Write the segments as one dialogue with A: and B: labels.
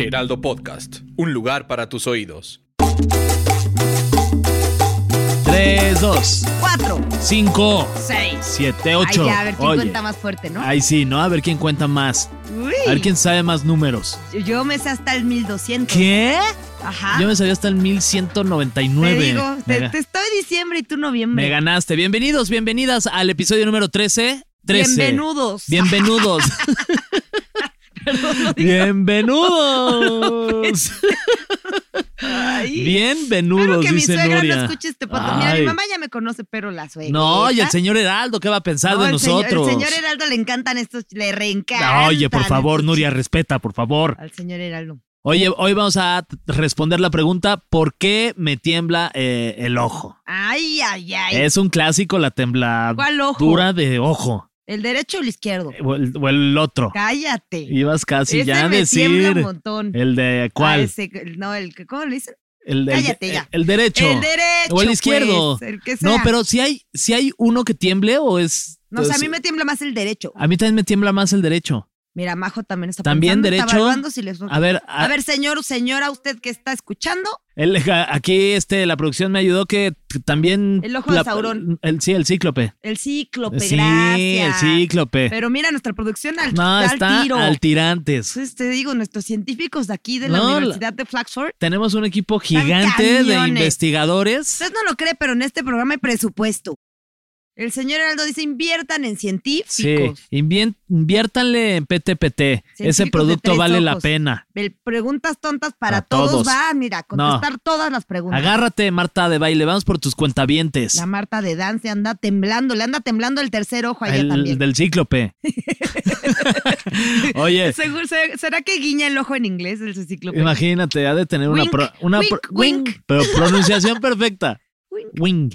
A: Heraldo Podcast, un lugar para tus oídos.
B: 3, 2,
C: 4,
B: 5,
C: 6.
B: 7,
C: Hay
B: 8.
C: que a ver quién cuenta más fuerte, ¿no?
B: Ahí sí, ¿no? A ver quién cuenta más.
C: Uy,
B: A ver quién sabe más números.
C: Yo me sé hasta el 1200.
B: ¿Qué?
C: Ajá.
B: Yo me sabía hasta el
C: te
B: 1199.
C: digo,
B: me,
C: Ah. te,
B: ga-
C: te estoy diciembre y tú
B: me
C: noviembre.
B: ganaste. Bienvenidos, bienvenidas al episodio número 13. 13.
C: Bienvenidos.
B: Bienvenidos. Bienvenidos.
C: Ay, Espero
B: Bienvenidos,
C: que mi
B: dice
C: suegra
B: Nuria.
C: no escuche este podcast. Mira, mi
B: Ay.
C: mamá ya me conoce, pero la suegra.
B: No, y el señor Heraldo, ¿qué va a pensar de nosotros?
C: El señor Heraldo le encantan estos, le reencantan.
B: Oye, por favor,
C: estos
B: Nuria, respeta, por favor.
C: chistes. Al señor Heraldo.
B: Oye, hoy vamos a t- responder la pregunta, ¿por qué me tiembla eh, el ojo?
C: Ay, ay, ay.
B: Es un clásico la
C: ¿Cuál ojo?
B: tembladura de ojo,
C: ¿El derecho o el izquierdo?
B: eh, o el, o el otro.
C: Cállate.
B: Ibas casi
C: Ese
B: ya a
C: me tiembla un
B: decir
C: montón.
B: el de
C: Ah,
B: cuál,
C: ese, no, el que, ¿cómo le dicen?
B: el, del-
C: cállate ya.
B: el derecho.
C: El derecho.
B: O el izquierdo.
C: pues, el que sea.
B: no, pero si hay, si hay uno que tiemble o es...
C: No, o sea,
B: es-
C: a mí me tiembla más el derecho.
B: a mí también me tiembla más el derecho.
C: Mira, Majo también está
B: También
C: pensando, está
B: derecho.
C: evaluando si les-
B: A ver,
C: A
B: a-
C: ver, señor o señora, usted que está escuchando,
B: el- aquí este, la producción me ayudó que t- también...
C: El ojo de
B: la-
C: Sauron.
B: el- sí, el cíclope.
C: el cíclope,
B: sí, el
C: gracias.
B: cíclope.
C: Pero mira, nuestra producción al,
B: No,
C: al
B: está
C: tiro.
B: al tirantes.
C: Entonces te digo, nuestros científicos de aquí de la
B: No, la-
C: Universidad de Flagshore,
B: Tenemos un equipo
C: Están
B: gigante de
C: cañones.
B: investigadores.
C: usted no lo cree, pero en este programa hay presupuesto. El señor Heraldo dice, inviertan en
B: Sí,
C: científicos.
B: invien- inviértanle en PTPT. Ese
C: de
B: producto
C: tres
B: vale la
C: ojos.
B: pena.
C: El Preguntas tontas para
B: A
C: todos.
B: todos.
C: va, mira, contestar todas las preguntas.
B: Agárrate, Marta de baile. Vamos por tus cuentavientes.
C: La Marta de Dance anda temblando, le anda temblando el tercer ojo allá
B: El,
C: también.
B: del cíclope. Oye,
C: Seguro- se- ¿Será que guiña el ojo en inglés el cíclope?
B: imagínate, ha de tener una,
C: Wink,
B: pro- una
C: wink,
B: pro-
C: wink.
B: pero pronunciación perfecta.
C: Wink.
B: Wing.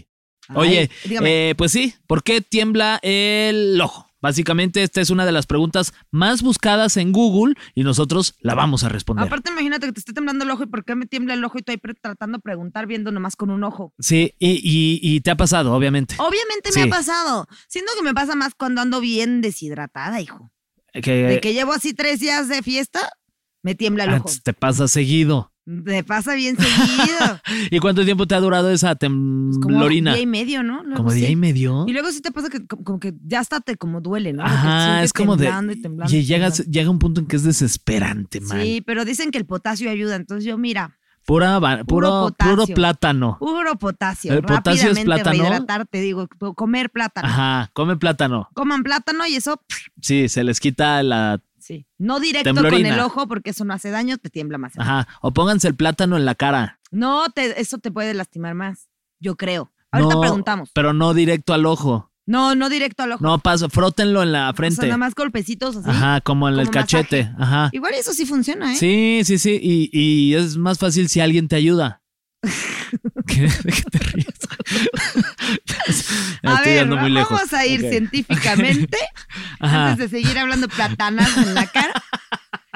C: Ay,
B: Oye,
C: dígame.
B: eh, pues sí, ¿por qué tiembla el ojo? Básicamente esta es una de las preguntas más buscadas en Google y nosotros la vamos a responder.
C: Aparte, imagínate que te esté temblando el ojo y por qué me tiembla el ojo y estoy tratando de preguntar viendo nomás con un ojo.
B: Sí, y, y- y te ha pasado, obviamente.
C: Oh, Obviamente
B: Sí.
C: me ha pasado. Siento que me pasa más cuando ando bien deshidratada, hijo.
B: Que
C: de que llevo así tres días de fiesta, me tiembla el ojo.
B: antes te pasa seguido.
C: Me pasa bien seguido.
B: ¿Y cuánto tiempo te ha durado esa
C: Como
B: temblorina?
C: día y medio, ¿no? Luego
B: Como día
C: sí.
B: y medio.
C: Y luego sí te pasa que como como que ya hasta te como duele, ¿no?
B: Ajá, es como de...
C: Y, temblando
B: Y llegas,
C: temblando.
B: llega un punto en que es desesperante, man.
C: Sí, pero dicen que el potasio ayuda, entonces yo mira,
B: Pura va-
C: Puro
B: puro, puro
C: potasio.
B: plátano.
C: puro potasio,
B: El potasio es
C: rápidamente
B: plátano.
C: rehidratarte, digo, co- comer plátano.
B: Ajá, come plátano.
C: Coman plátano y eso, pff,
B: Sí, se les quita la
C: sí. No directo
B: Temblorina.
C: con el ojo porque eso no hace daño, te tiembla más. el ojo.
B: Ajá, o pónganse el plátano en la cara.
C: No, te- eso te puede lastimar más, yo creo. Ahorita
B: No,
C: preguntamos.
B: Pero no directo al ojo.
C: No, no directo al ojo.
B: No paso, frótenlo en la
C: O sea,
B: frente.
C: nada más golpecitos así.
B: Ajá, como en el
C: Como masaje.
B: cachete. Ajá.
C: Igual eso sí funciona, ¿eh?
B: Sí, sí, sí. Y, y es más fácil si alguien te ayuda. ¿Qué? ¿De qué te ríes?
C: A
B: Estoy
C: ver,
B: yendo muy lejos.
C: vamos a ir
B: Ok.
C: científicamente
B: Ajá.
C: antes de seguir hablando platanas en la cara.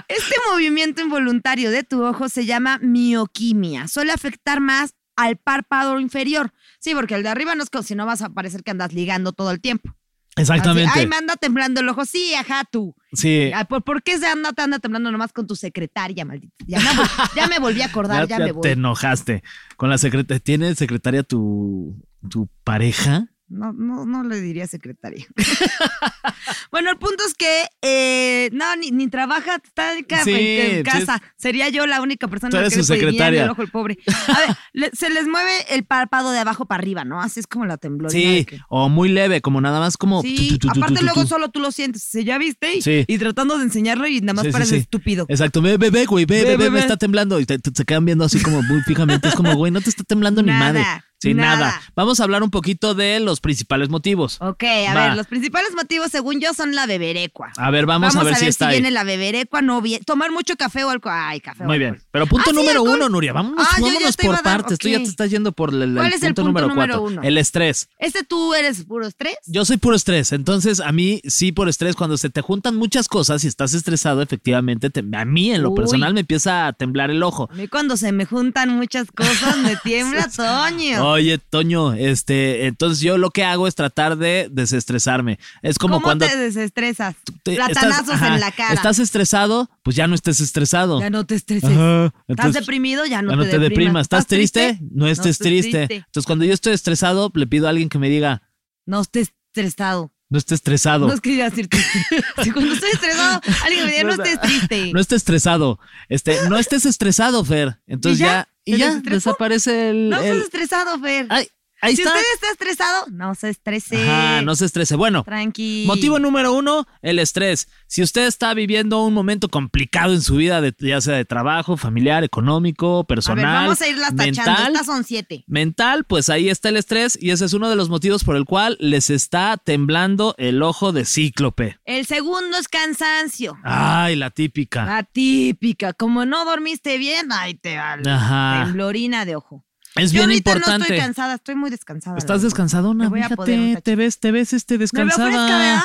C: Este movimiento involuntario de tu ojo se llama mioquimia. Suele afectar más al párpado inferior. Sí, porque el de arriba no es como si no vas a parecer que andas ligando todo el tiempo. Así, Ay,
B: Exactamente.
C: me anda temblando el ojo. Sí, ajá, tú.
B: Sí.
C: Ay, ¿por, por qué se anda, te anda temblando nomás con tu secretaria, maldita? Ya me, vol- ya me volví a acordar, ya,
B: ya
C: me
B: te
C: voy.
B: enojaste. Con la secretaria. ¿Tiene secretaria tu, tu pareja?
C: No, no, no le diría secretaria. bueno, el punto es que eh, no, ni, ni trabaja, está en, ca-
B: Sí,
C: en- en
B: sí es-
C: casa. Sería yo la única persona
B: Tú
C: a la
B: eres
C: que le
B: su
C: podría guiñar
B: secretaria.
C: el ojo el pobre. A ver, le- se les mueve el párpado de abajo para arriba, ¿no? Así es como la temblorina. de
B: Sí.
C: que-
B: O muy leve, como nada más como.
C: Sí,
B: tu, tu, tu, tu,
C: aparte
B: tu,
C: luego
B: tu.
C: solo tú lo sientes, Sí, ya viste, y,
B: Sí.
C: y tratando de enseñarlo y nada más
B: Sí, sí,
C: parece
B: sí.
C: estúpido.
B: Exacto, ve, ve, ve, güey, ve,
C: Ve,
B: ve,
C: ve,
B: ve,
C: ve.
B: me está temblando. Y te, te- se quedan viendo así como muy fijamente. Es como, güey, no te está temblando ni
C: Nada,
B: madre. Sí, nada.
C: nada.
B: Vamos a hablar un poquito de los principales motivos.
C: Ok, a
B: Va.
C: ver, los principales motivos según yo son la beberecua.
B: A ver, vamos, a ver si está ahí.
C: viene la beberecua, no vi- tomar mucho café o alcohol. Ay, café o
B: Muy bien.
C: alcohol.
B: Pero punto
C: Ah, sí,
B: número
C: alcohol.
B: uno, Nuria. Vámonos,
C: Ah, yo ya
B: vámonos
C: te iba
B: por
C: a dar,
B: partes. Tú ya
C: ok.
B: te estás yendo por el, el
C: ¿Cuál es el punto
B: número
C: número
B: cuatro.
C: uno?
B: El estrés.
C: Este tú eres puro estrés.
B: Yo soy puro estrés, entonces a mí sí por estrés, cuando se te juntan muchas cosas y estás estresado, efectivamente, te- a mí en lo
C: Uy.
B: personal me empieza a temblar el ojo.
C: A mí cuando se me juntan muchas cosas me tiembla Toño.
B: Oye, Toño, este, entonces yo lo que hago es tratar de desestresarme. Es como
C: ¿Cómo
B: cuando
C: te desestresas?
B: te-
C: Platanazos
B: ajá,
C: en la cara.
B: Estás estresado, pues ya no estés estresado.
C: Ya no te estreses.
B: Ajá,
C: ¿Estás
B: entonces-
C: deprimido? Ya no,
B: ya no te deprimas. ¿Estás triste? No estés
C: estés
B: triste.
C: triste.
B: Entonces, cuando yo estoy estresado, le pido a alguien que me diga,
C: No estés estresado.
B: no estés estresado.
C: No es que iba a decir triste. Si cuando estoy estresado, alguien me diga, no,
B: No, no.
C: estés triste.
B: No estés estresado. Este, no estés estresado, Fer. Entonces
C: ¿Y
B: ya,
C: ya?
B: y
C: ¿Se
B: ya
C: desestresó?
B: desaparece el.
C: no
B: el-
C: estés estresado, Fer.
B: Ay, ahí
C: si
B: está.
C: usted está estresado, no se estrese.
B: Ajá, no se estrese. Bueno,
C: Tranqui.
B: motivo número uno, el estrés. Si usted está viviendo un momento complicado en su vida, de- ya sea de trabajo, familiar, económico,
C: A ver,
B: personal,
C: vamos a irlas tachando.
B: mental,
C: Estas son siete.
B: mental, pues ahí está el estrés y ese es uno de los motivos por el cual les está temblando el ojo de cíclope.
C: El segundo es cansancio.
B: Ay, la típica.
C: Atípica. Ah, Como no dormiste bien, ahí te va la
B: Ajá.
C: temblorina de ojo.
B: Ah. Es
C: Yo
B: bien
C: ahorita no
B: importante.
C: estoy cansada, estoy muy descansada. la
B: Estás
C: verdad.
B: descansadona,
C: Le voy a poner un
B: fíjate,
C: tache.
B: te ves, te ves este
C: Me veo
B: descansada.
C: fresca, ¿verdad?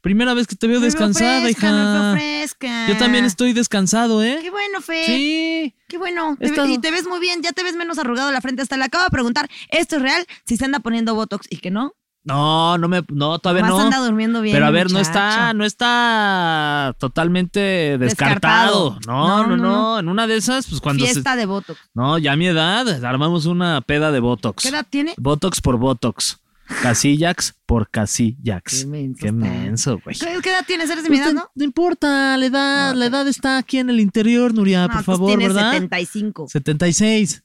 B: Primera vez que te veo
C: Me veo
B: descansada,
C: fresca,
B: hija.
C: Me veo fresca.
B: Yo también estoy descansado, ¿eh?
C: Qué bueno, Fer.
B: Sí.
C: Qué bueno. Te ve-
B: Estás-
C: y te ves muy bien, ya te ves menos arrugado la frente. Hasta le acabo de preguntar, ¿esto es real? Si se anda poniendo Botox y que no.
B: No, no me no todavía
C: Más
B: no.
C: anda durmiendo bien.
B: Pero a
C: el
B: ver, no está
C: muchacho.
B: no está totalmente descartado.
C: Descartado.
B: No, no, no,
C: No, no,
B: En una de esas pues cuando se-
C: Fiesta de Botox.
B: No, ya a mi edad armamos una peda de Botox.
C: ¿Qué edad tiene?
B: Botox por Botox. Casillax por
C: Qué
B: Casillax.
C: menso
B: Qué
C: está.
B: menso, güey.
C: ¿Qué, qué edad tienes? ¿Eres de mi edad,
B: Pues,
C: no?
B: importa, la edad,
C: Ah,
B: la
C: ok.
B: edad está aquí en el interior, Nuria,
C: No,
B: Ah, por
C: pues
B: favor,
C: tienes
B: ¿verdad?
C: 75.
B: 76.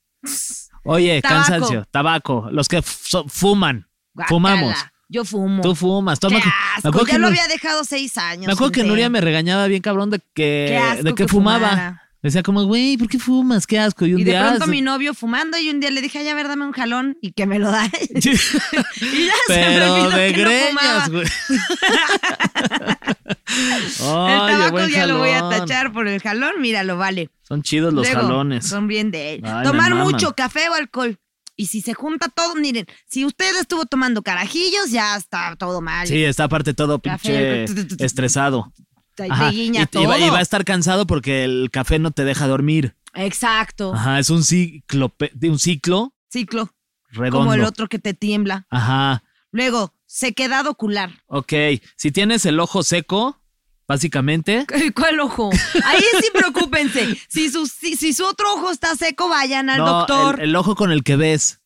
B: Oye,
C: Tabaco.
B: cansancio, tabaco, los que f- so- fuman,
C: Guácala,
B: fumamos.
C: Yo fumo.
B: Tú fumas, toma.
C: Qué
B: que-
C: asco,
B: acuerdo
C: ya
B: que
C: lo
B: Nu-
C: había dejado seis años.
B: me acuerdo que
C: gente.
B: Nuria me regañaba bien cabrón de
C: Qué
B: que,
C: asco
B: de que,
C: que
B: fumaba.
C: fumara.
B: Decía como, güey, ¿por qué fumas? Qué asco. Y un
C: Y de
B: día.
C: pronto
B: se-
C: mi novio fumando y un día le dije, ay, a ver, dame un jalón y que me lo da. y
B: Sí.
C: ya se me
B: Pero
C: olvidó
B: de
C: que no
B: greñas,
C: fumaba.
B: güey.
C: El
B: Oye,
C: tabaco
B: buen
C: ya lo voy a
B: jalón.
C: tachar por el jalón, mira, lo vale.
B: Son chidos los
C: Luego,
B: jalones.
C: Son bien de él.
B: Ay, me
C: Tomar
B: maman.
C: mucho café o alcohol. Y si se junta todo, miren, si usted estuvo tomando carajillos, ya está todo mal.
B: Sí, está aparte todo pinche
C: Café, tu, tu, tu, tu.
B: estresado.
C: Te,
B: Ajá,
C: te guiña
B: y, te- y
C: todo.
B: va, y va a estar cansado porque el café no te deja dormir.
C: Exacto.
B: Ajá, es un ciclo, un ciclo
C: Ciclo.
B: redondo.
C: Como el otro que te tiembla.
B: Ajá,
C: Luego, sequedad ocular.
B: ok. Si tienes el ojo seco, básicamente,
C: ¿Cuál ojo? Ahí sí preocúpense. Si su, si, si su otro ojo está seco, vayan al
B: no,
C: doctor.
B: El, el ojo con el que ves,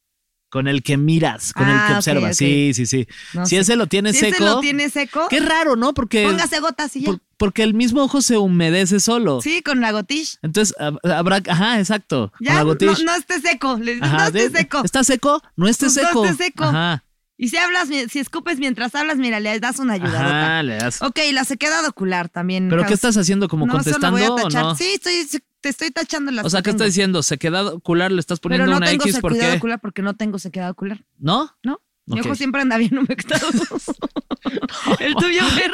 B: con el que miras, con el
C: Ah,
B: que
C: ok,
B: observas.
C: ok.
B: Sí, sí, sí.
C: No
B: si
C: sé.
B: ese lo tienes
C: Si
B: seco,
C: ese lo tiene seco,
B: qué raro, ¿no? Porque,
C: póngase gotas y ya.
B: por- porque el mismo ojo se humedece solo.
C: Sí, con la gotish.
B: Entonces hab- habrá, ajá, exacto.
C: Ya,
B: con la
C: no,
B: gotish.
C: no esté seco. Le digo,
B: Ajá,
C: no esté
B: de-
C: seco.
B: ¿Está seco? No esté
C: Pues no
B: seco.
C: esté seco.
B: Ajá.
C: Y si hablas, mi- si escupes mientras hablas, mira, le das una ayudadota.
B: Ajá, le das.
C: Ok, la sequedad ocular también.
B: ¿Pero qué
C: Oh, causa-
B: estás haciendo? ¿Como
C: no, solo
B: contestando
C: voy a
B: o
C: tachar.
B: no?
C: Sí, estoy, sí, te estoy tachando las
B: O sea,
C: que
B: ¿qué
C: tengo.
B: estás diciendo? ¿Sequedad ocular? ¿Le estás poniendo
C: Pero no
B: una
C: tengo
B: X? ¿Por
C: sequedad
B: qué?
C: ocular porque no tengo sequedad ocular,
B: ¿No?
C: ¿no? Mi
B: Ok.
C: ojo siempre anda bien humectado. El tuyo, Fer.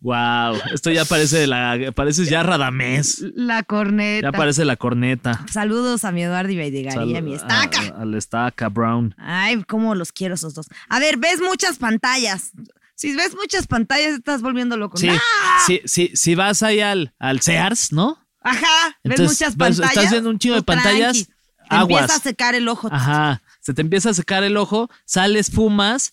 B: wow, esto ya parece la, pareces ya Radamés.
C: La corneta.
B: Ya parece la corneta.
C: Saludos a mi Eduardo y Baidegaray y a mi
B: Sal- a-
C: estaca.
B: Al estaca Brown.
C: Ay, cómo los quiero esos dos. A ver, ves muchas pantallas. Si ves muchas pantallas, estás volviendo loco.
B: Sí,
C: ¡Ah!
B: sí, sí, si vas ahí al, al Sears, ¿no?
C: Ajá, ves
B: Entonces,
C: muchas
B: vas-
C: pantallas.
B: estás viendo un chingo de
C: tú tranqui,
B: pantallas,
C: te
B: aguas.
C: Empieza a secar el ojo.
B: Ajá. Se te empieza a secar el ojo, sales, fumas,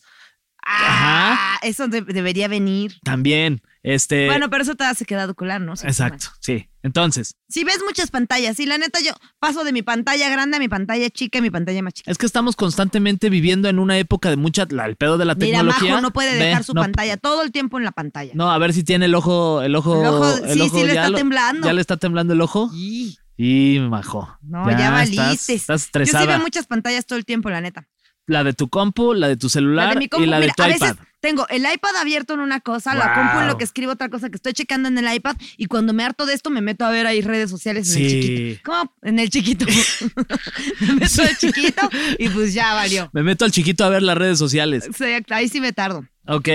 C: Ah, Eso de- debería venir.
B: también. Este.
C: bueno, pues, pero eso te hace quedar ocular, ¿no? Si
B: exacto.
C: fumas.
B: Sí. Entonces,
C: Si ves muchas pantallas, y la neta yo paso de mi pantalla grande a mi pantalla chica y mi pantalla más chica.
B: Es que estamos constantemente viviendo en una época de mucha la- el pedo de la
C: Mira,
B: tecnología.
C: Majo no puede
B: Ve,
C: dejar su
B: no,
C: pantalla todo el tiempo en la pantalla.
B: No, a ver si tiene el ojo, el ojo,
C: El ojo, sí,
B: ojo,
C: sí le
B: ya
C: está
B: lo-
C: temblando.
B: Ya le está temblando el ojo.
C: Y-
B: Y Majo.
C: No, ya, valiste.
B: Estás, estás
C: Yo sí
B: estresada.
C: veo muchas pantallas todo el tiempo, la neta.
B: La de tu compu, la de tu
C: La
B: celular
C: de mi compu,
B: y la de
C: mira,
B: tu
C: a
B: iPad.
C: veces tengo el iPad abierto en una cosa, la
B: Wow.
C: compu en lo que escribo otra cosa que estoy checando en el iPad y cuando me harto de esto me meto a ver ahí redes sociales en el
B: Sí.
C: chiquito. ¿Cómo? En el chiquito. me meto al chiquito y pues ya valió.
B: Me meto al chiquito a ver las redes sociales.
C: Sí, Ahí sí me tardo.
B: Ok.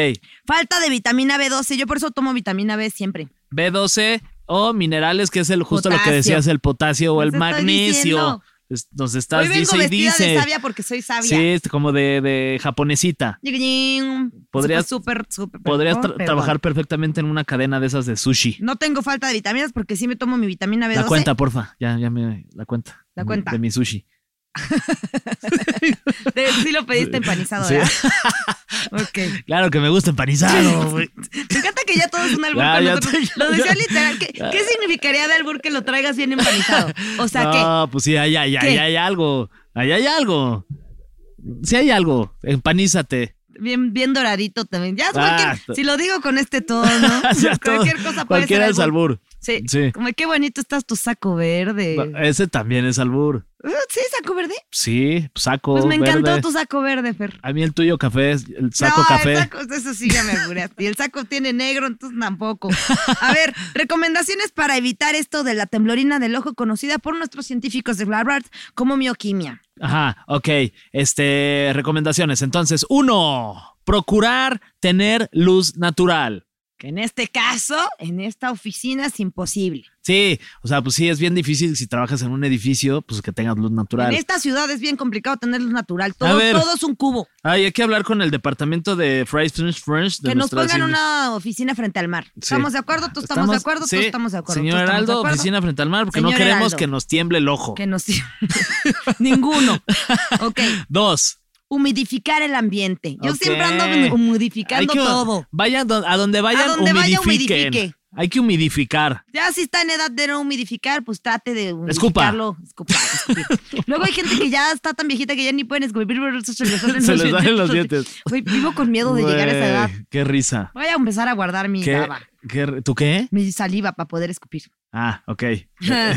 C: Falta de vitamina B12. Yo por eso tomo vitamina B siempre.
B: B12 o minerales, que es el justo lo que
C: Potasio.
B: diciendo el potasio o
C: Les
B: el
C: estoy
B: magnesio.
C: diciendo.
B: Es- Nos estás
C: Hoy vengo
B: dice y
C: vestida
B: dice.
C: de sabia porque soy sabia.
B: Sí, es como de, de japonesita.
C: Ying, ying.
B: Podrías-
C: súper, súper.
B: Podrías tra-
C: perdón, perdón.
B: trabajar perfectamente en una cadena de esas de sushi.
C: No tengo falta de vitaminas porque sí me tomo mi vitamina B12.
B: La cuenta, porfa. Ya, ya me la cuenta.
C: La
B: De-
C: cuenta.
B: De mi sushi.
C: De- Sí lo pediste empanizado,
B: Sí.
C: ¿verdad? Ok.
B: Claro que me gusta empanizado, güey.
C: Me encanta que ya todo es un albur
B: Ya,
C: con
B: ya
C: nosotros.
B: te-
C: Lo decía
B: ya.
C: literal. ¿Qué, qué significaría de albur que lo traigas bien empanizado? O sea, ¿qué?
B: No, pues sí, ahí, ahí, ahí
C: ¿Qué?
B: hay algo. Ahí hay algo. Sí hay algo. Empanízate.
C: Bien, bien doradito también. Ya, cualquier-
B: to-
C: si lo digo con este tono,
B: Ah, Ya todo-
C: cualquier cosa puede ser Eh,
B: Cualquiera es
C: albur.
B: albur. eh.
C: Sí.
B: Sí.
C: Como qué bonito estás tu saco verde.
B: Ese también es albur.
C: Uh, ¿Sí, saco verde?
B: Sí, saco
C: Pues me encantó
B: Oh, verde.
C: tu saco verde, Fer.
B: A mí el tuyo café, es- el saco
C: No,
B: café.
C: El saco, eso sí ya me aburraste. Y el saco tiene negro, entonces tampoco. A ver, recomendaciones para evitar esto de la temblorina del ojo conocida por nuestros científicos de Harvard como mioquimia.
B: Ajá, ok. Este, recomendaciones. Entonces, uno, procurar tener luz natural.
C: Que en este caso, en esta oficina es imposible.
B: Sí, o sea, pues sí, es bien difícil si trabajas en un edificio, pues que tengas luz natural.
C: En esta ciudad es bien complicado tener luz natural. Todo,
B: A ver.
C: todo es un cubo.
B: Ay, hay que hablar con el departamento de Fries French French. De
C: Que nos
B: nuestra
C: pongan
B: cine-
C: una oficina frente al mar. ¿Estamos de acuerdo? ¿Tú estamos, de acuerdo?
B: sí,
C: ¿Tú estamos de acuerdo?
B: Señor
C: ¿Tú estamos de
B: Heraldo,
C: acuerdo?
B: oficina frente al mar, porque no
C: Señor
B: queremos
C: Heraldo.
B: que nos tiemble el ojo.
C: Que nos... Ninguno. Ok.
B: Dos,
C: Humidificar el ambiente. Yo
B: Ok.
C: siempre ando humidificando
B: Hay que-
C: todo.
B: Vayan do- a donde vayan,
C: donde vaya,
B: humidifiquen.
C: humidifique.
B: Hay que humidificar.
C: Ya si está en edad de no humidificar, pues trate de
B: Escupa.
C: humidificarlo. Escupa. escupir. Luego hay gente que ya está tan viejita que ya ni pueden escupir, pero se les salen
B: Se
C: los
B: les salen los
C: dientes.
B: dientes.
C: Güey, vivo con miedo de llegar a esa
B: Güey,
C: edad.
B: Qué risa.
C: Voy a empezar a guardar mi
B: ¿Qué,
C: baba,
B: qué ri- ¿Tú qué?
C: mi saliva para poder escupir.
B: Ah, ok.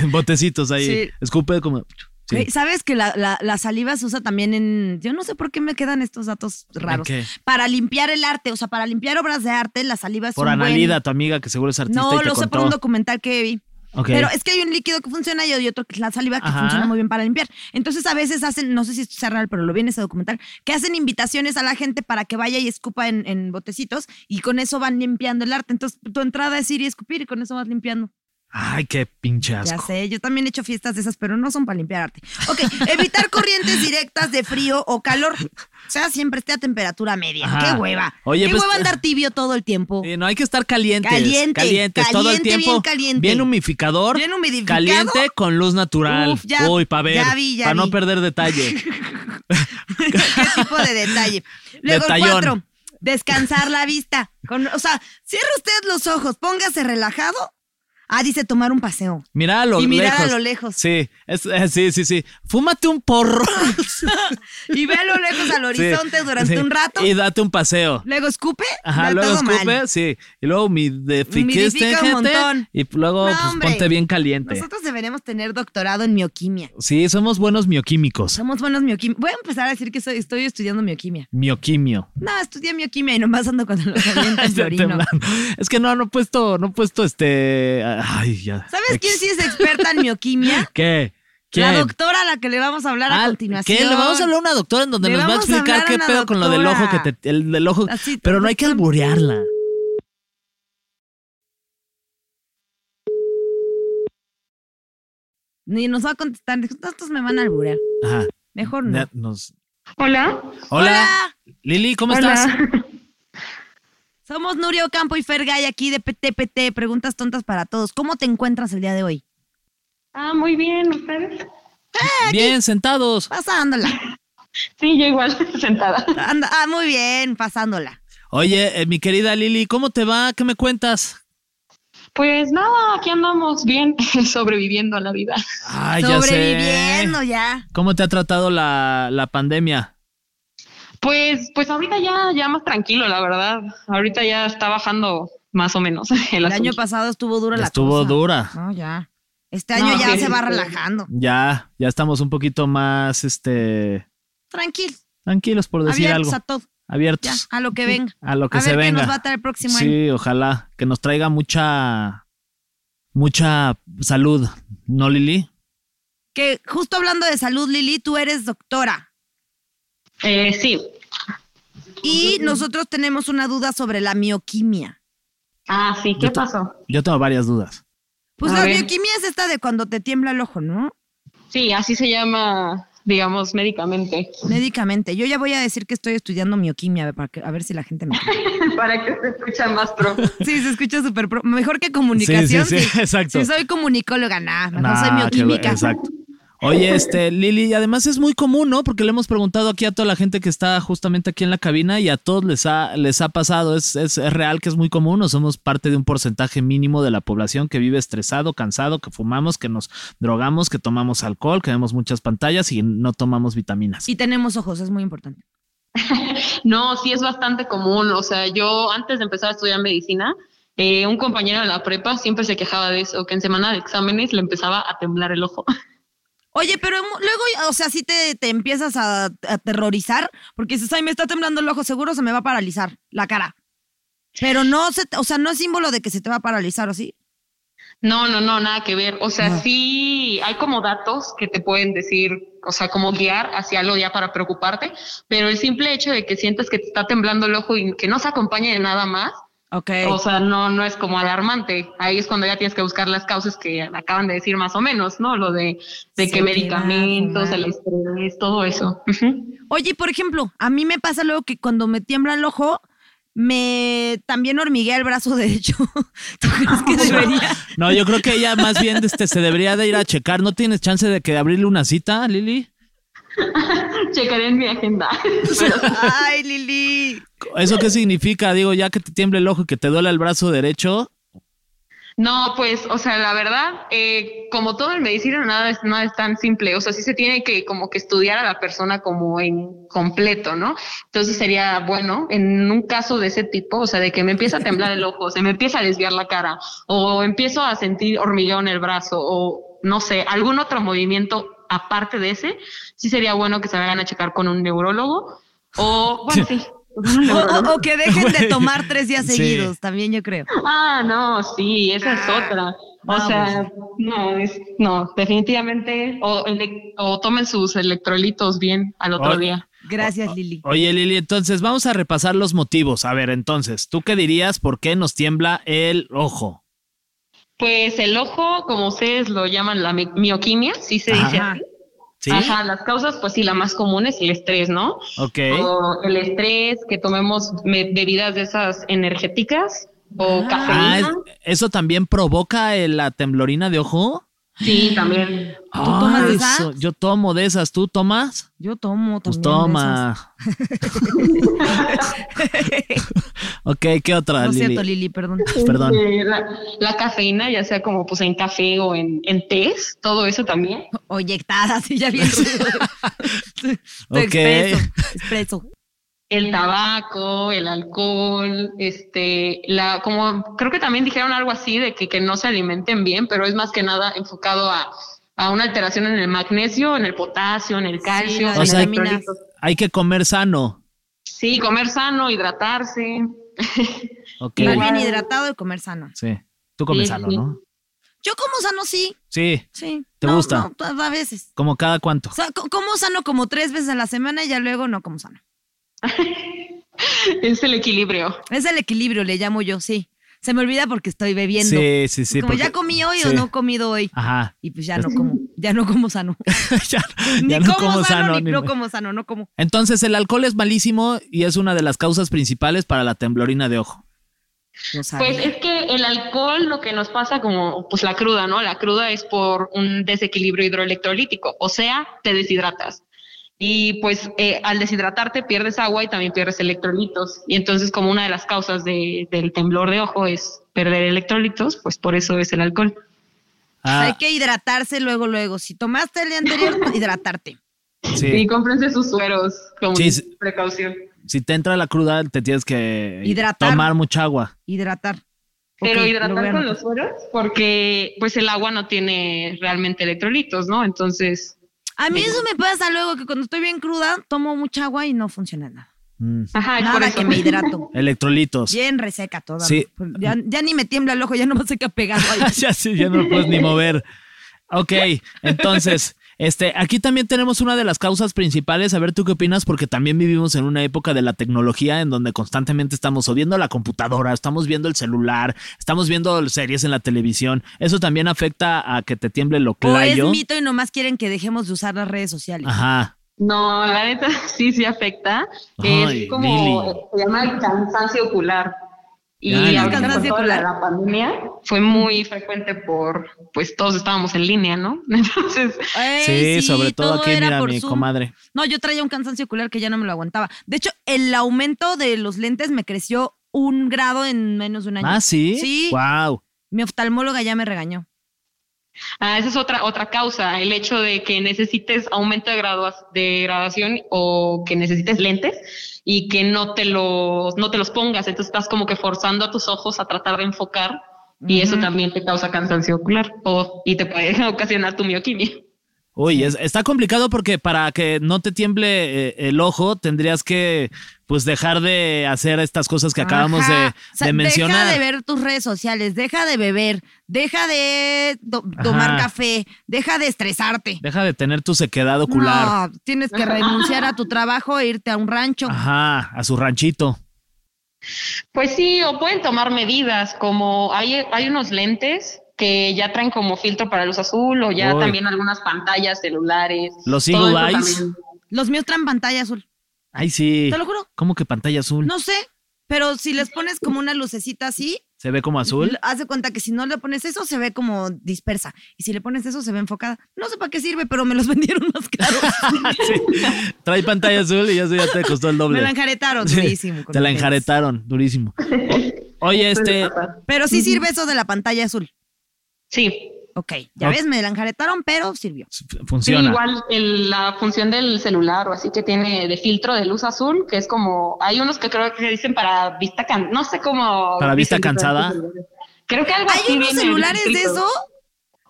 B: Botecitos ahí.
C: Sí.
B: Escupe como. Sí.
C: Güey, ¿Sabes que la, la- la saliva se usa también en... Yo no sé por qué me quedan estos datos raros.
B: qué?
C: Para limpiar el arte, o sea, para limpiar obras de arte, la saliva es
B: Por
C: un buen-
B: Analida, tu amiga que seguro es artista. y
C: No,
B: te
C: lo sé por
B: contó.
C: un documental que vi.
B: Ok.
C: Pero es que hay un líquido que funciona y hay otro que es la saliva que
B: Ajá.
C: funciona muy bien para limpiar. Entonces a veces hacen, no sé si esto sea real, pero lo vi en ese documental, que hacen invitaciones a la gente para que vaya y escupa en, en botecitos y con eso van limpiando el arte. Entonces tu entrada es ir y escupir y con eso vas limpiando.
B: Ay, qué pinche
C: Ya
B: asco.
C: sé, yo también he hecho fiestas de esas, pero no son para limpiar arte. Ok, evitar corrientes directas de frío o calor. O sea, siempre esté a temperatura media.
B: Ajá.
C: ¡Qué hueva!
B: Oye,
C: ¡Qué
B: pues,
C: hueva andar tibio todo el tiempo!
B: Sí, no hay que estar calientes.
C: Caliente,
B: Calientes todo el
C: caliente,
B: tiempo.
C: bien caliente.
B: Bien humificador.
C: Bien humidificado.
B: Caliente con luz natural.
C: Uf, ya-
B: Uy, para ver.
C: ya vi, ya
B: para no
C: vi.
B: perder detalle.
C: ¿Qué tipo de detalle? Luego el
B: Detallón.
C: cuatro, descansar la vista. Con- o sea, cierre usted los ojos, póngase relajado. Ah, dice tomar un paseo.
B: Mirar a lo
C: Y mirar
B: lejos.
C: a lo lejos.
B: Sí, es- eh, sí, sí, sí. Fúmate un porro.
C: Y ve a lo lejos al horizonte
B: Sí,
C: durante
B: sí.
C: un rato.
B: Y date un paseo.
C: Luego escupe.
B: Ajá,
C: da
B: luego
C: todo mal.
B: escupe, sí. Y luego humidifiques,
C: Humidifica un
B: gente,
C: montón.
B: Y luego
C: No,
B: pues,
C: hombre.
B: ponte bien caliente.
C: Nosotros deberemos tener doctorado en mioquimia.
B: Sí, somos buenos mioquímicos.
C: Somos buenos mioquímicos. Voy a empezar a decir que soy- estoy estudiando mioquimia.
B: Mioquimio.
C: No, estudié mioquimia y nomás ando con los alientos
B: Estoy
C: florinos.
B: temblando. Es que no, no he puesto, no he puesto este. Ay, ya.
C: ¿Sabes quién sí es experta en mioquimia?
B: ¿Qué?
C: La
B: ¿Quién?
C: doctora a la que le vamos a hablar a
B: Ah,
C: continuación.
B: ¿Qué? Le vamos a hablar a una doctora en donde
C: Le
B: nos va a
C: vamos a
B: explicar
C: hablar a
B: qué
C: una
B: pedo con lo del ojo
C: doctora.
B: que te. El del ojo.
C: Así,
B: Pero no hay que
C: tan-
B: alburearla.
C: Ni nos va a contestar. Dijo, "No, Estos me van a alburear.
B: Ajá.
C: Mejor no.
B: ya nos-
D: Hola.
B: Hola. Lili, ¿cómo estás?
C: Somos Nurio Campo y Fergay aquí de PTPT. Preguntas tontas para todos. ¿Cómo te encuentras el día de hoy?
D: Ah, muy bien, ¿ustedes?
B: Bien, sentados.
C: Pasándola.
D: Sí, yo igual, sentada.
C: Anda- ah, muy bien, pasándola.
B: Oye, eh, mi querida Lili, ¿cómo te va? ¿Qué me cuentas?
D: Pues nada, aquí andamos bien, sobreviviendo a la vida.
B: Ay,
C: Sobreviviendo ya.
B: ¿Cómo te ha tratado la, la pandemia?
D: Pues, pues ahorita ya, ya más tranquilo, la verdad. Ahorita ya está bajando más o menos el,
C: El año
D: asunto.
C: pasado estuvo dura la
B: Estuvo
C: cosa.
B: dura.
C: No, ya. Este año
D: No,
C: ya
D: sí,
C: se va
D: sí.
C: relajando.
B: Ya, ya estamos un poquito más, este,
C: Tranquilo.
B: tranquilos por decir
C: Abiertos
B: algo,
C: a todo. Ya,
B: abiertos
C: a lo que venga.
B: a lo que
C: a
B: se
C: ver qué
B: venga.
C: nos va a traer el próximo año.
B: sí, ojalá que nos traiga mucha, mucha salud, ¿no, Lili?
C: Que justo hablando de salud, Lili, tú eres doctora.
D: Eh, sí.
C: Y nosotros tenemos una duda sobre la mioquimia.
D: Ah, sí,
B: Yo
D: ¿qué
B: te-
D: pasó?
B: Yo tengo varias dudas.
C: Pues
D: A
C: la
D: ver.
C: mioquimia es esta de cuando te tiembla el ojo, ¿no?
D: Sí, así se llama, digamos, médicamente.
C: Médicamente. Yo ya voy a decir que estoy estudiando mioquimia, para que- a ver si la gente me... cree.
D: Para que se escucha más pro.
C: Sí, se escucha súper... pro- Mejor que comunicación.
B: sí, sí, sí, exacto.
C: Si soy comunicóloga, nada. Mejor
B: Nah,
C: soy
B: qué bu-
C: mioquímica.
B: exacto. Oye, este, Lili, y además es muy común, ¿no? Porque le hemos preguntado aquí a toda la gente que está justamente aquí en la cabina y a todos les ha, les ha pasado. ¿Es, es, es real que es muy común o somos parte de un porcentaje mínimo de la población que vive estresado, cansado, que fumamos, que nos drogamos, que tomamos alcohol, que vemos muchas pantallas y no tomamos vitaminas?
C: Y tenemos ojos, es muy importante.
D: No, sí es bastante común. O sea, yo antes de empezar a estudiar medicina, eh, un compañero de la prepa siempre se quejaba de eso, que en semana de exámenes le empezaba a temblar el ojo.
C: Oye, pero mu- luego, o sea, si te, te empiezas a a aterrorizar, porque dices, ay, me está temblando el ojo, seguro se me va a paralizar la cara. Pero no, se, te- o sea, no es símbolo de que se te va a paralizar, ¿o sí?
D: No, no, no, nada que ver. O sea,
C: No.
D: sí hay como datos que te pueden decir, o sea, como guiar hacia algo ya para preocuparte, pero el simple hecho de que sientas que te está temblando el ojo y que no se acompañe de nada más,
C: Ok.
D: o sea, no, no es como alarmante. Ahí es cuando ya tienes que buscar las causas que acaban de decir más o menos, ¿no? Lo de, de
C: Sequedad,
D: que medicamentos,
C: fumar.
D: el estrés, todo eso. Ujú.
C: Oye, por ejemplo, a mí me pasa luego que cuando me tiembla el ojo, me también hormiguea el brazo derecho. ¿Tú crees que debería?
B: No, yo creo que ella más bien este, se debería de ir a checar. ¿No tienes chance de que abrirle una cita, Lili?
D: Checaré en mi agenda. Pero
C: Ay, Lili.
B: ¿Eso qué significa? Digo, ya que te tiemble el ojo y que te duele el brazo derecho.
D: No, pues, o sea, la verdad, eh, como todo en medicina, nada es, nada es tan simple. O sea, sí se tiene que como que estudiar a la persona como en completo, ¿no? Entonces sería bueno, en un caso de ese tipo, o sea, de que me empieza a temblar el ojo, se me empieza a desviar la cara, o empiezo a sentir hormigueo en el brazo, o no sé, algún otro movimiento aparte de ese, sí sería bueno que se vayan a checar con un neurólogo, o, bueno, sí. con un
C: O,
D: neurólogo.
C: o- o que dejen de
B: Güey.
C: tomar tres días
B: Sí.
C: seguidos, también yo creo.
D: Ah, no, sí, esa es
B: Ah,
D: otra. O
C: vamos.
D: sea, no, es, no, definitivamente, o, ele- o tomen sus electrolitos bien al otro
B: Ay.
D: día.
C: Gracias, Lili.
B: Oye, Lili, entonces vamos a repasar los motivos. A ver, entonces, ¿tú qué dirías por qué nos tiembla el ojo?
D: Pues el ojo, como ustedes lo llaman, la mi- mioquimia, sí se dice
C: Ajá.
D: así.
B: ¿Sí?
D: Ajá, las causas, pues sí, la más común es el estrés, ¿no?
B: Ok.
D: O el estrés, que tomemos me- bebidas de esas energéticas o
C: Ah.
B: Ah,
D: cafeína.
B: ¿es- ¿eso también provoca el- la temblorina de ojo?
D: Sí, también.
B: Ah,
C: tomas de
B: eso,
C: esas?
B: Yo tomo de esas. ¿Tú tomas?
C: Yo tomo
B: Pues
C: también. de
B: toma. ok, ¿qué otra,
C: esas. No es
B: Lili?
C: cierto, Lili, perdón.
B: Perdón.
D: Eh, La, la cafeína, ya sea como pues en café o en, en tés, todo eso también.
C: Oyectada, sí, ya bien.
B: Ok.
C: Expreso, expreso.
D: El tabaco, el alcohol, este, la, como creo que también dijeron algo así de que, que no se alimenten bien, pero es más que nada enfocado a, a una alteración en el magnesio, en el potasio, en el calcio,
C: las
D: en
B: O sea,
D: los
C: vitaminas.
D: electrolitos.
B: Hay que comer sano.
D: Sí, comer sano, hidratarse.
B: Ok.
C: Más
D: Igual.
C: bien hidratado y comer sano.
B: Sí. Tú comes
D: Sí,
B: sano,
D: sí.
B: ¿no?
C: Yo como sano, sí.
B: Sí.
C: Sí.
B: ¿Te
C: No,
B: gusta?
C: no, a veces.
B: ¿Como cada cuánto?
C: O sea, co- como sano como tres veces a la semana y ya luego no como sano.
D: Es el equilibrio.
C: Es el equilibrio, le llamo yo, sí. Se me olvida porque estoy bebiendo.
B: Sí, sí, sí.
C: como
B: porque-
C: ya comí hoy o
B: sí.
C: no he comido hoy.
B: Ajá.
C: Y pues ya no como, ya no como sano.
B: ya
C: Ni
B: ya
C: como, sano, ni, no
B: me-
C: como sano, no como.
B: Entonces, el alcohol es malísimo y es una de las causas principales para la temblorina de ojo.
C: No sabe.
D: Pues es que el alcohol lo que nos pasa como pues la cruda, ¿no? La cruda es por un desequilibrio hidroelectrolítico, o sea, te deshidratas. Y pues eh, al deshidratarte pierdes agua y también pierdes electrolitos. Y entonces como una de las causas de- del temblor de ojo es perder electrolitos, pues por eso es el alcohol.
B: Ah,
C: Hay que hidratarse luego, luego. Si tomaste el día anterior, hidratarte.
D: Y
B: sí.
D: cómprense sus sueros como
B: Sí, sí.
D: precaución.
B: Si te entra la cruda, te tienes que
C: Hidratar.
B: tomar mucha agua.
C: Hidratar.
D: Pero
C: Ok, lo voy a
D: hidratar con
C: anotar.
D: los sueros porque pues el agua no tiene realmente electrolitos, ¿no? Entonces...
C: A mí eso me pasa luego que cuando estoy bien cruda, tomo mucha agua y no funciona nada.
B: Mm.
D: Ajá, es por
C: Nada
D: eso.
C: que me hidrato.
B: Electrolitos.
C: Bien reseca toda.
B: Sí.
C: Ya, ya ni me tiembla el ojo, ya no me seca pegado. Ay,
B: ya, sí, ya no lo puedes ni mover. Ok, entonces, este, aquí también tenemos una de las causas principales. A ver, ¿tú qué opinas? Porque también vivimos en una época de la tecnología en donde constantemente estamos o viendo la computadora, estamos viendo el celular, estamos viendo series en la televisión. Eso también afecta a que te tiemble lo
C: O Oh, es
B: clayo. Ah,
C: mito y nomás quieren que dejemos de usar las redes sociales.
B: Ajá.
D: No, la neta sí, sí afecta.
B: Ay,
D: es como
B: Lili.
D: se llama el cansancio ocular. Y
B: Ay,
D: ahorita
C: alcanzó a
D: con toda la,
C: circular.
D: la pandemia fue muy frecuente por, pues todos estábamos en línea, ¿no? Entonces,
C: Ey,
B: Sí, sobre todo, aquí,
C: Eh, era
B: mira,
C: por
B: mi
C: Zoom.
B: comadre.
C: No, yo traía un cansancio ocular que ya no me lo aguantaba. De hecho, el aumento de los lentes me creció un grado en menos de un año.
B: Ah, sí.
C: Sí.
B: Wow.
C: Mi oftalmóloga ya me regañó.
D: ah, esa es otra, otra causa, el hecho de que necesites aumento de, gradua- de graduación o que necesites lentes y que no te, los, no te los pongas. Entonces estás como que forzando a tus ojos a tratar de enfocar y eso
C: Ujú.
D: también te causa cansancio ocular o, y te puede ocasionar tu mioquimia.
B: Uy, es- está complicado porque para que no te tiemble eh, el ojo tendrías que pues dejar de hacer estas cosas que acabamos
C: Ajá.
B: de,
C: O sea,
B: de mencionar.
C: Deja de ver tus redes sociales, deja de beber, deja de to-
B: Ajá.
C: tomar café, deja de estresarte.
B: Deja de tener tu sequedad ocular.
C: No, tienes que renunciar a tu trabajo e irte a un rancho.
B: Ajá, a su ranchito.
D: Pues sí, o pueden tomar medidas, como hay, hay unos lentes que ya traen como filtro para luz azul, o ya
B: Uy.
D: también algunas pantallas celulares.
B: Los
D: Todo
B: Eagle
D: eso
B: Eyes.
D: también.
C: Los míos traen pantalla azul.
B: Ay, sí.
C: Te lo juro,
B: ¿Cómo que pantalla azul?
C: no sé, pero si les pones como una lucecita así,
B: ¿Se ve como azul?
C: hace cuenta que si no le pones eso se ve como dispersa y si le pones eso se ve enfocada. No sé para qué sirve, pero me los vendieron más caros.
B: Sí. Trae pantalla azul y eso ya te costó el doble.
C: me la enjaretaron
B: Sí,
C: durísimo. con
B: Te la
C: mis
B: enjaretaron, durísimo. O- Oye, este,
C: lentes. Pero sí sirve eso de la pantalla azul.
D: Sí.
C: Ok, ya
B: Ok.
C: ves, me la enjaretaron, pero sirvió.
B: f-
D: Sí,
B: funciona.
D: igual el- la función del celular o así que tiene de filtro de luz azul, que es como, hay unos que creo que dicen para vista cansada, no sé cómo.
B: ¿Para vista
D: dicen diferentes
B: cansada?
D: celulares. Creo que algo así
C: ¿Hay unos
D: viene el
C: celulares de
D: filtro.
C: eso?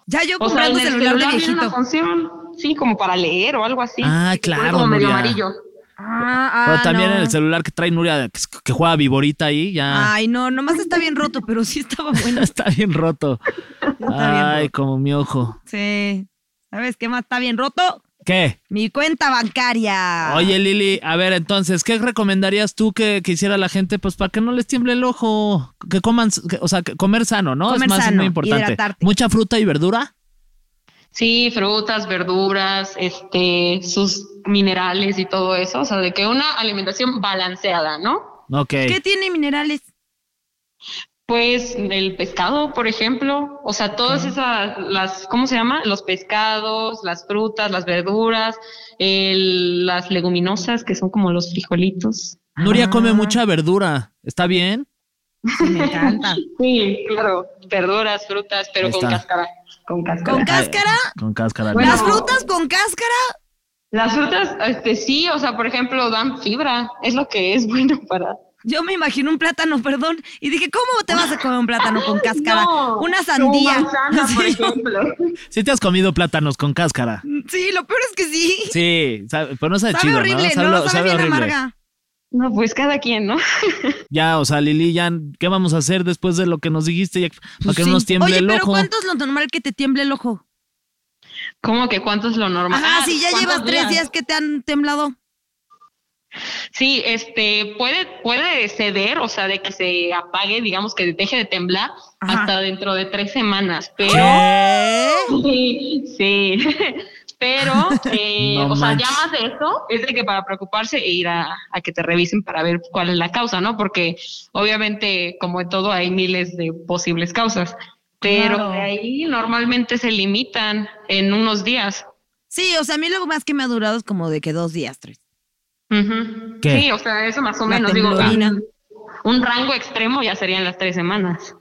C: Ya yo
D: O sea, en
C: comprando
D: el
C: celular,
D: celular
C: de
D: viene una
C: viejito.
D: función, sí, como para leer o algo así.
B: Ah,
D: que se pone
B: claro,
D: Como medio
B: Nuria.
D: amarillo.
C: Ah,
B: Pero
C: ah,
B: también
C: no.
B: en el ah. celular que trae Nuria, que, que juega viborita ahí, ya
C: Ay, no, nomás está bien roto, pero sí estaba bueno.
B: está bien roto.
C: Está bien
B: Ay,
C: roto.
B: como mi ojo.
C: Sí. ¿Sabes qué más está bien roto?
B: ¿Qué?
C: Mi cuenta bancaria.
B: Oye, Lili, a ver, entonces, ¿qué recomendarías tú que, que hiciera la gente? Pues para que no les tiemble el ojo, que coman, que- o sea, que comer sano, ¿no?
C: Comer
B: es más es
C: sano,
B: muy importante.
C: hidratarte.
B: Mucha fruta y verdura.
D: Sí, frutas, verduras, este, sus minerales y todo eso. O sea, de que una alimentación balanceada, ¿no?
B: Ok.
C: ¿Qué tiene minerales?
D: Pues el pescado, por ejemplo. O sea, todas esas, las, ¿cómo se llama? Los pescados, las frutas, las verduras, el- las leguminosas, que son como los frijolitos.
B: Nuria come
C: Ah.
B: mucha verdura. ¿Está bien?
C: Sí, me encanta.
D: Sí, claro. Verduras, frutas, pero
B: Ahí
D: con
B: está.
D: cáscara. Con cáscara.
C: ¿Con cáscara?
B: Con cáscara.
D: Bueno.
C: ¿Las frutas con cáscara?
D: Las frutas, este, sí, o sea, por ejemplo, dan fibra. Es lo que es bueno para
C: Yo me imagino un plátano, perdón. Y dije, ¿cómo te vas a comer un plátano con cáscara?
D: No,
C: Una sandía.
D: como manzana, por
C: Sí,
D: ejemplo.
B: Sí te has comido plátanos con cáscara.
C: sí, lo peor es que sí.
B: Sí, sabe- pero no sabe,
C: sabe
B: chido,
C: horrible,
B: ¿no?
C: ¿no? Sabe, bien amarga.
D: No, pues cada quien, ¿no?
B: Ya, o sea, Lili, ya, ¿qué vamos a hacer después de lo que nos dijiste? Ya, para que no nos tiemble
C: Pues Oye,
B: el
C: pero
B: ojo.
C: ¿cuánto es lo normal que te tiemble el ojo?
D: ¿Cómo que cuánto es lo normal?
C: Ajá,
D: Ah,
C: si ya
D: ¿cuántos
C: llevas tres días que te han temblado.
D: Sí, este, puede, puede ceder, o sea, de que se apague, digamos, que deje de temblar
C: Ajá.
D: hasta dentro de tres semanas, pero...
B: ¿Qué?
D: Sí, sí. Pero, eh,
B: No
D: o sea, ya
B: manches.
D: más de eso, es de que para preocuparse e ir a, a que te revisen para ver cuál es la causa, ¿no? Porque obviamente, como en todo, hay miles de posibles causas. Pero
C: Claro.
D: de ahí normalmente se limitan en unos días.
C: Sí, o sea, a mí lo más que me ha durado es como de que dos días, tres.
D: Ujú.
B: ¿Qué?
D: Sí, o sea, eso más o
C: La
D: menos. Digo,
C: temblorina.
D: un, un rango extremo ya serían las tres semanas.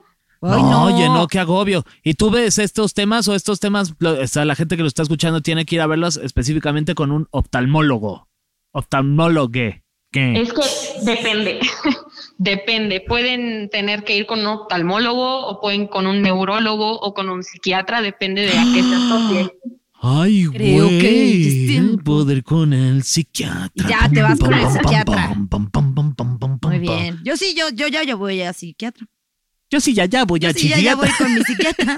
C: Ay,
B: no, oye, no, qué agobio. ¿Y tú ves estos temas o estos temas, lo- o sea, la gente que lo está escuchando tiene que ir a verlos específicamente con un oftalmólogo? Oftalmólogue. ¿Qué?
D: Es que depende, depende. Pueden tener que ir con un oftalmólogo o pueden con un neurólogo o con un psiquiatra, depende de a qué se asocie.
B: Ay,
C: Creo
B: güey.
C: que es tiempo.
B: Poder con el psiquiatra.
C: Ya te vas con el psiquiatra.
B: pam, pam, pam, pam, pam, pam,
C: Muy
B: pam.
C: bien. Yo sí, yo, yo ya, yo voy a psiquiatra.
B: Yo sí ya, ya voy
C: Yo
B: a
C: sí, ya, ya voy
B: psiquiatra.
C: con mi psiquiatra.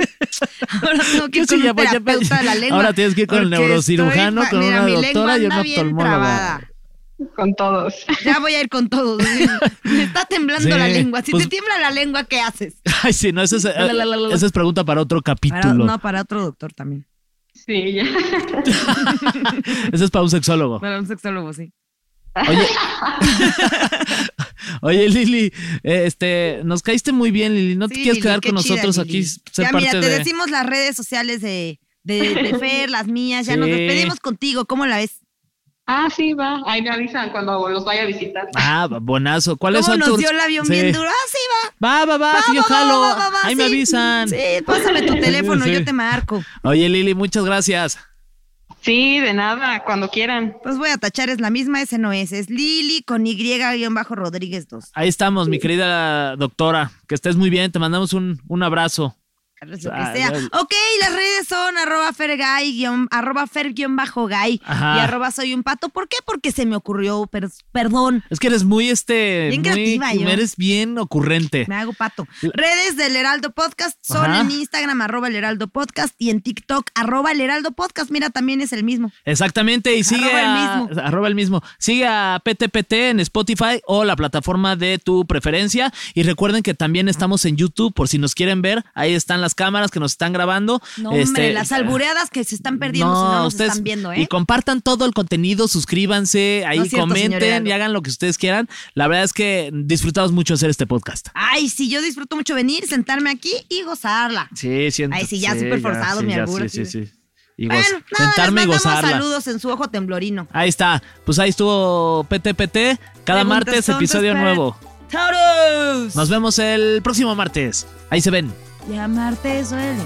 C: Ahora tengo que ir
B: Yo sí
C: con
B: ya
C: un
B: voy, ya voy.
C: terapeuta de la lengua.
B: Ahora tienes que ir con el
C: porque
B: neurocirujano,
C: estoy fa-
B: con
C: mira,
B: una
C: mi lengua
B: doctora y un
C: anda bien
B: oftalmólogo.
C: trabada.
D: Con todos.
C: Ya voy a ir con todos. Me está temblando
B: Sí,
C: la lengua. Si
B: pues-
C: te tiembla la lengua, ¿qué haces?
B: Ay, sí, no, esa es,
C: La, la, la, la, la.
B: esa es pregunta para otro capítulo.
C: Para, no, para otro doctor también.
D: Sí, ya.
B: Esa es para un sexólogo.
C: Para un sexólogo, sí.
B: Oye, Oye, Lili, eh, este, nos caíste muy bien, Lili. ¿No te
C: Sí,
B: quieres
C: Lili,
B: quedar
C: qué
B: con
C: chida,
B: nosotros
C: Lili.
B: aquí? Ser
C: ya,
B: parte
C: mira, te
B: de-
C: decimos las redes sociales de, de, de Fer, las mías, ya nos
B: Sí.
C: despedimos contigo. ¿Cómo la ves?
D: Ah, sí, va. Ahí me avisan cuando los vaya a visitar.
B: Ah, buenazo. ¿Cuáles
C: ¿Cómo
B: son
C: nos
B: tus...?
C: dio el avión
B: Sí.
C: bien duro? Ah, sí, va.
B: Va, va, va,
C: va,
B: sí, yo
C: va, va,
B: jalo.
C: va, va, va,
B: Ahí me
C: sí.
B: avisan.
C: Sí, pásame tu teléfono,
B: Sí.
C: yo te marco.
B: Oye, Lili, muchas gracias.
D: Sí, de nada, cuando quieran.
C: Pues voy a tachar, es la misma, ese no es. Es Lili con Y-Rodríguez 2.
B: Ahí estamos, mi querida doctora. Que estés muy bien. Te mandamos un, un abrazo.
C: Carlos, lo que
B: Ah,
C: sea.
B: bueno.
C: Ok, las redes son arroba fergay, guión- arroba fer guión bajo gay
B: Ajá.
C: y arroba soy un pato. ¿Por qué? Porque se me ocurrió, per- perdón,
B: Es que eres muy, este...
C: Bien
B: muy-
C: creativa, yo.
B: Eres bien ocurrente.
C: me hago pato. Redes del Heraldo Podcast son
B: Ajá.
C: en Instagram arroba el Heraldo Podcast y en TikTok arroba el Heraldo Podcast. Mira, también es el mismo.
B: Exactamente, y sigue
C: Arroba el
B: a-
C: mismo.
B: arroba el mismo. Sigue a PTPT en Spotify o la plataforma de tu preferencia. Y recuerden que también estamos en YouTube por si nos quieren ver. Ahí están las cámaras que nos están grabando.
C: No,
B: Este,
C: hombre, las albureadas que se están perdiendo si no nos
B: ustedes-
C: están viendo,
B: Y
C: ¿eh?
B: compartan todo el contenido, suscríbanse, ahí
C: es cierto, señor
B: comenten
C: Heraldo.
B: y hagan lo que ustedes quieran. La verdad es que disfrutamos mucho hacer este podcast.
C: Ay, sí, yo disfruto mucho venir, sentarme aquí y gozarla.
B: Sí, siento.
C: Ay, sí, ya súper forzado mi albur,
B: Sí,
C: sí.
B: sí, sí. Y
C: Bueno,
B: goza-
C: nada, les
B: sentarme y
C: mandamos
B: gozarla.
C: saludos en su ojo temblorino.
B: Ahí está. Pues ahí estuvo PTPT. Cada
C: Preguntas
B: martes
C: tontas
B: episodio
C: para-
B: nuevo.
C: ¡Tauros!
B: Nos vemos el próximo martes. Ahí se ven.
C: Llamarte suele.